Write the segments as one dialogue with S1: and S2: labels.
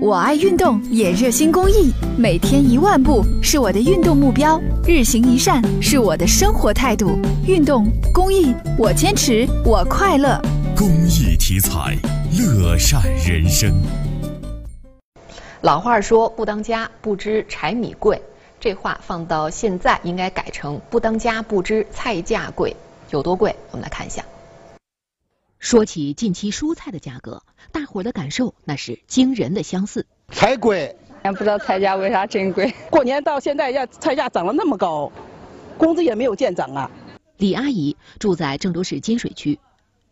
S1: 我爱运动，也热心公益。每天一万步是我的运动目标，日行一善是我的生活态度。运动、公益，我坚持，我快乐。
S2: 公益题材，乐善人生。
S3: 老话说“不当家不知柴米贵”，这话放到现在应该改成“不当家不知菜价贵”，有多贵？我们来看一下。
S4: 说起近期蔬菜的价格，大伙儿的感受那是惊人的相似。
S5: 才贵，
S6: 也不知道菜价为啥真贵。
S7: 过年到现在，要菜价涨了那么高，工资也没有见涨啊。
S4: 李阿姨住在郑州市金水区，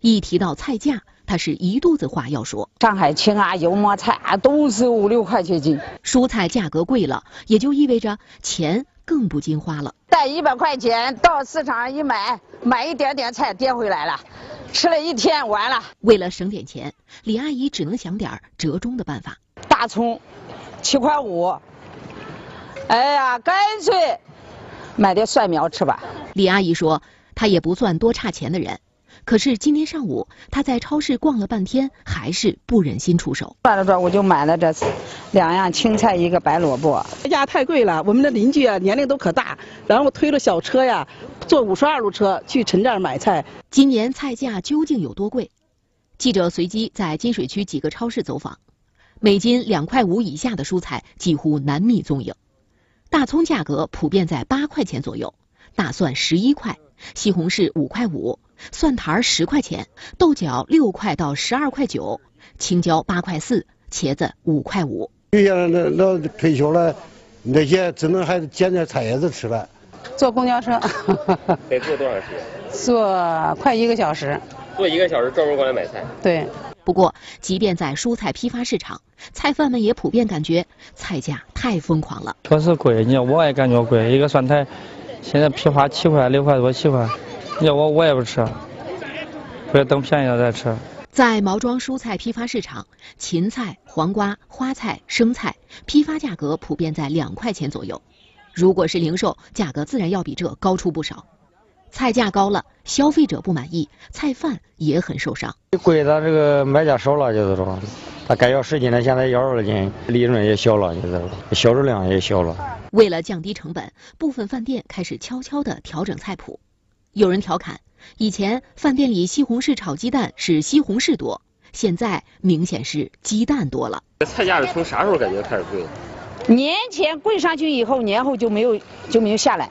S4: 一提到菜价，她是一肚子话要说。
S8: 上海青啊、油麦菜啊，都是五六块钱斤。
S4: 蔬菜价格贵了，也就意味着钱更不经花了。
S8: 带一百块钱到市场一买，买一点点菜跌回来了，吃了一天完了。
S4: 为了省点钱，李阿姨只能想点儿折中的办法。
S8: 大葱七块五，哎呀，干脆买点蒜苗吃吧。
S4: 李阿姨说，她也不算多差钱的人，可是今天上午她在超市逛了半天，还是不忍心出手。
S8: 转了转，我就买了这两样青菜，一个白萝卜。
S7: 菜价太贵了，我们的邻居啊年龄都可大，然后推着小车呀，坐五十二路车去陈站买菜。
S4: 今年菜价究竟有多贵？记者随机在金水区几个超市走访，每斤两块五以下的蔬菜几乎难觅踪影。大葱价格普遍在八块钱左右，大蒜十一块，西红柿五块五，蒜苔十块钱，豆角六块到十二块九，青椒八块四，茄子五块五。
S5: 遇见那那退休了，那些只能还捡点菜叶子吃了。
S6: 坐公交车
S9: 得坐多长时间？
S6: 坐快一个小时，
S9: 坐一个小时专门过来买菜。
S6: 对，
S4: 不过，即便在蔬菜批发市场，菜贩们也普遍感觉菜价太疯狂了。
S10: 确实贵，你要我也感觉贵。一个蒜苔，现在批发七块六块多七块，你要我我也不吃，我要等便宜了再吃。
S4: 在毛庄蔬菜批发市场，芹菜、黄瓜、花菜、生菜批发价格普遍在两块钱左右，如果是零售，价格自然要比这高出不少。菜价高了，消费者不满意，菜贩也很受伤。
S11: 贵，咱这个买家少了，就是说，他该要十斤的，现在要二十斤，利润也小了，就是说，销售量也小了。
S4: 为了降低成本，部分饭店开始悄悄地调整菜谱。有人调侃，以前饭店里西红柿炒鸡蛋是西红柿多，现在明显是鸡蛋多了。
S9: 菜价是从啥时候感觉开始贵的？
S8: 年前贵上去以后，年后就没有就没有下来。